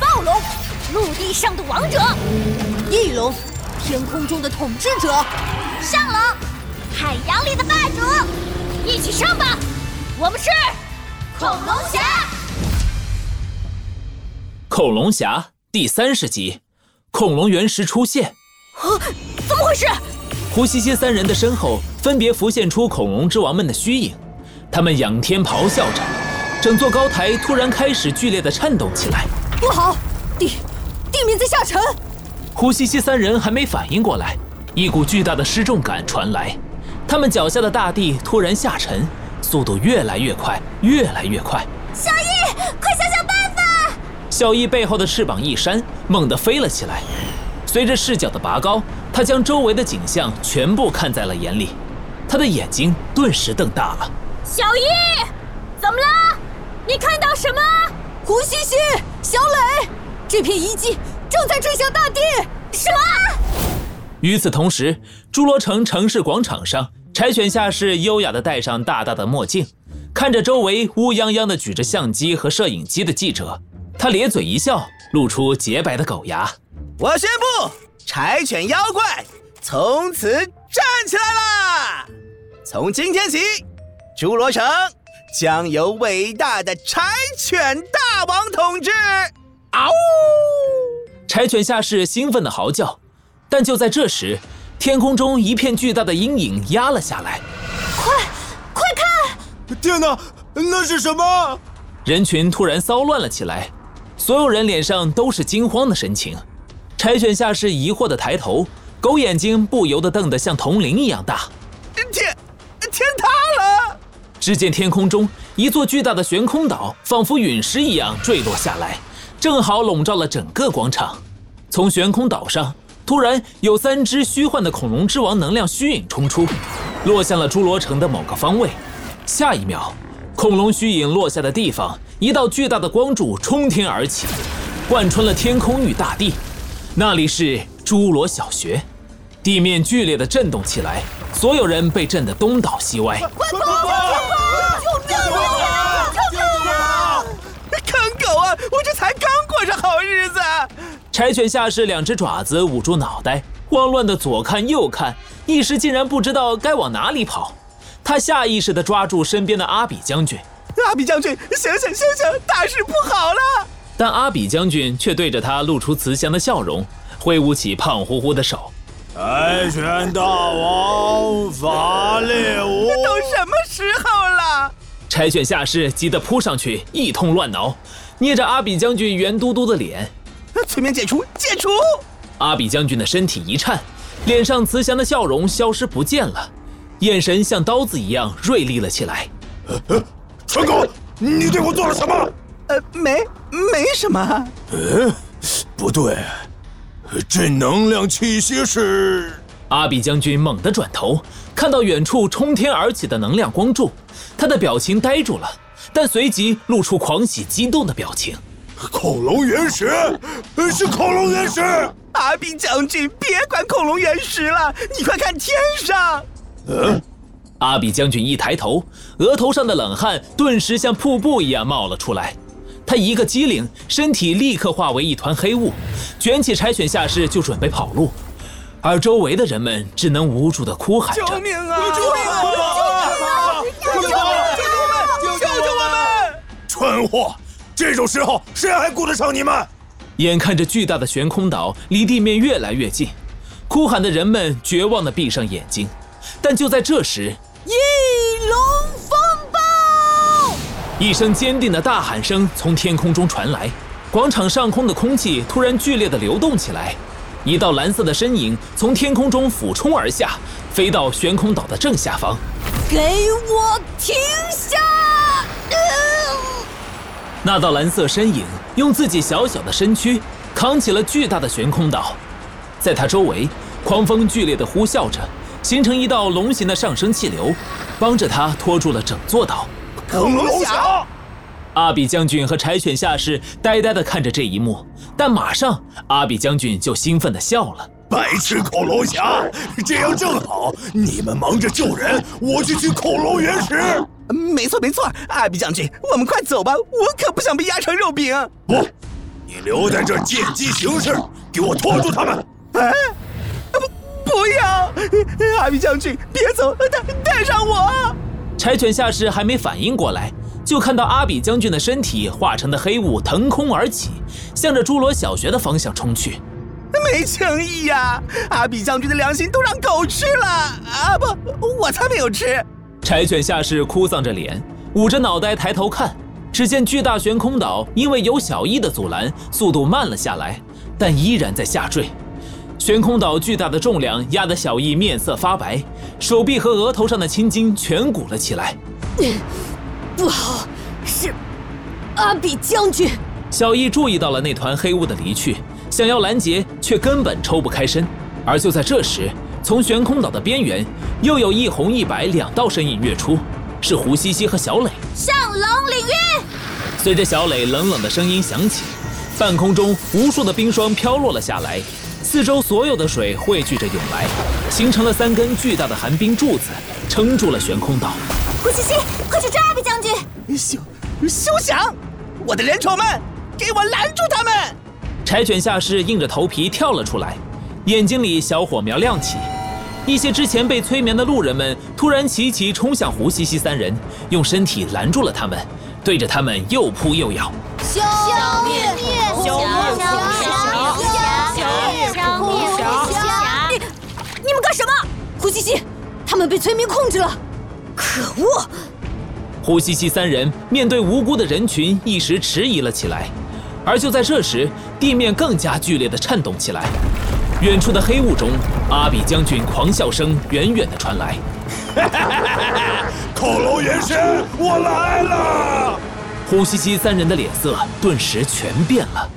斗龙，陆地上的王者；翼龙，天空中的统治者；上龙，海洋里的霸主。一起上吧，我们是恐龙侠。啊恐龙侠第三十集，恐龙原石出现。啊，怎么回事？胡西西三人的身后分别浮现出恐龙之王们的虚影，他们仰天咆哮着，整座高台突然开始剧烈的颤动起来。不好，地地面在下沉！胡西西三人还没反应过来，一股巨大的失重感传来，他们脚下的大地突然下沉，速度越来越快，越来越快。小易，快想想办法！小易背后的翅膀一扇，猛地飞了起来。随着视角的拔高，他将周围的景象全部看在了眼里，他的眼睛顿时瞪大了。小易，怎么了？你看到什么？胡西西，小磊，这片遗迹正在坠向大地。什么？与此同时，侏罗城城市广场上，柴犬下士优雅地戴上大大的墨镜，看着周围乌泱泱地举着相机和摄影机的记者，他咧嘴一笑，露出洁白的狗牙。我宣布，柴犬妖怪从此站起来啦！从今天起，侏罗城将由伟大的柴犬大王统治。嗷呜！啊柴犬下士兴奋地嚎叫，但就在这时，天空中一片巨大的阴影压了下来，快看！天哪，那是什么？人群突然骚乱了起来，所有人脸上都是惊慌的神情。柴犬下士疑惑地抬头，狗眼睛不由得瞪得像铜铃一样大。天，天塌了！只见天空中一座巨大的悬空岛，仿佛陨石一样坠落下来，正好笼罩了整个广场。从悬空岛上，突然有三只虚幻的恐龙之王能量虚影冲出，落向了侏罗城的某个方位。下一秒，恐龙虚影落下的地方，一道巨大的光柱冲天而起，贯穿了天空与大地。那里是侏罗小学，地面剧烈的震动起来，所有人被震得东倒西歪。快跑！救命啊！救命啊！坑狗啊！我这才刚过上好日子。啊柴犬下士两只爪子捂住脑袋，慌乱的左看右看，一时竟然不知道该往哪里跑。他下意识地抓住身边的阿比将军，阿比将军，醒醒醒醒，大事不好了！但阿比将军却对着他露出慈祥的笑容，挥舞起胖乎乎的手。柴犬大王伐猎无都什么时候了？柴犬下士急得扑上去，一通乱挠，捏着阿比将军圆嘟嘟的脸。催眠解除，解除！阿比将军的身体一颤，脸上慈祥的笑容消失不见了，眼神像刀子一样锐利了起来。蠢狗，你对我做了什么？呃，没，没什么。不对，这能量气息是……阿比将军猛地转头，看到远处冲天而起的能量光柱，他的表情呆住了，但随即露出狂喜激动的表情。恐龙原石，是恐龙原石。阿比将军，别管恐龙原石了，你快看天上！阿比将军一抬头，额头上的冷汗顿时像瀑布一样冒了出来。他一个机灵，身体立刻化为一团黑雾，卷起柴犬下士就准备跑路，而周围的人们只能无助地哭喊着。救命啊！救命啊！救命啊！救救我们！救救我们！蠢货，这种时候谁还顾得上你们？眼看着巨大的悬空岛离地面越来越近，哭喊的人们绝望地闭上眼睛。但就在这时，翼龙风暴！一声坚定的大喊声从天空中传来，广场上空的空气突然剧烈地流动起来，一道蓝色的身影从天空中俯冲而下，飞到悬空岛的正下方。给我停下！呃那道蓝色身影用自己小小的身躯扛起了巨大的悬空岛，在它周围，狂风剧烈的呼啸着，形成一道龙形的上升气流，帮着它拖住了整座岛。恐龙侠，阿比将军和柴犬下士呆呆地看着这一幕，但马上阿比将军就兴奋地笑了。白痴恐龙侠，这样正好。你们忙着救人，我去取恐龙原石。没错没错，阿比将军，我们快走吧，我可不想被压成肉饼。不，你留在这儿见机行事，给我拖住他们！哎，不不要，阿比将军，别走，带带上我。柴犬下士还没反应过来，就看到阿比将军的身体化成的黑雾腾空而起，向着侏罗小学的方向冲去。没诚意呀、阿比将军的良心都让狗吃了啊！不，我才没有吃。柴犬下士哭丧着脸，捂着脑袋抬头看，只见巨大悬空岛因为有小翼的阻拦，速度慢了下来，但依然在下坠。悬空岛巨大的重量压得小翼面色发白，手臂和额头上的青筋全鼓了起来。不好，是阿比将军。小易注意到了那团黑雾的离去，想要拦截，却根本抽不开身。而就在这时，从悬空岛的边缘，又有一红一白两道身影跃出，是胡西西和小磊。上龙领域，随着小磊冷冷的声音响起，半空中无数的冰霜飘落了下来，四周所有的水汇聚着涌来，形成了三根巨大的寒冰柱子，撑住了悬空岛。胡西西，快去抓阿比将军！休休想！我的人宠们，给我拦住他们！柴犬下士硬着头皮跳了出来，眼睛里小火苗亮起。一些之前被催眠的路人们突然齐齐冲向胡西西三人，用身体拦住了他们，对着他们又扑又咬。消灭灭消灭小小灭你你们干什么？胡西西，他们被催眠控制了。可恶！胡西西三人面对无辜的人群，一时迟疑了起来。而就在这时，地面更加剧烈的颤动起来。远处的黑雾中，阿比将军狂笑声远远的传来。恐龙原神，我来了！胡西西三人的脸色顿时全变了。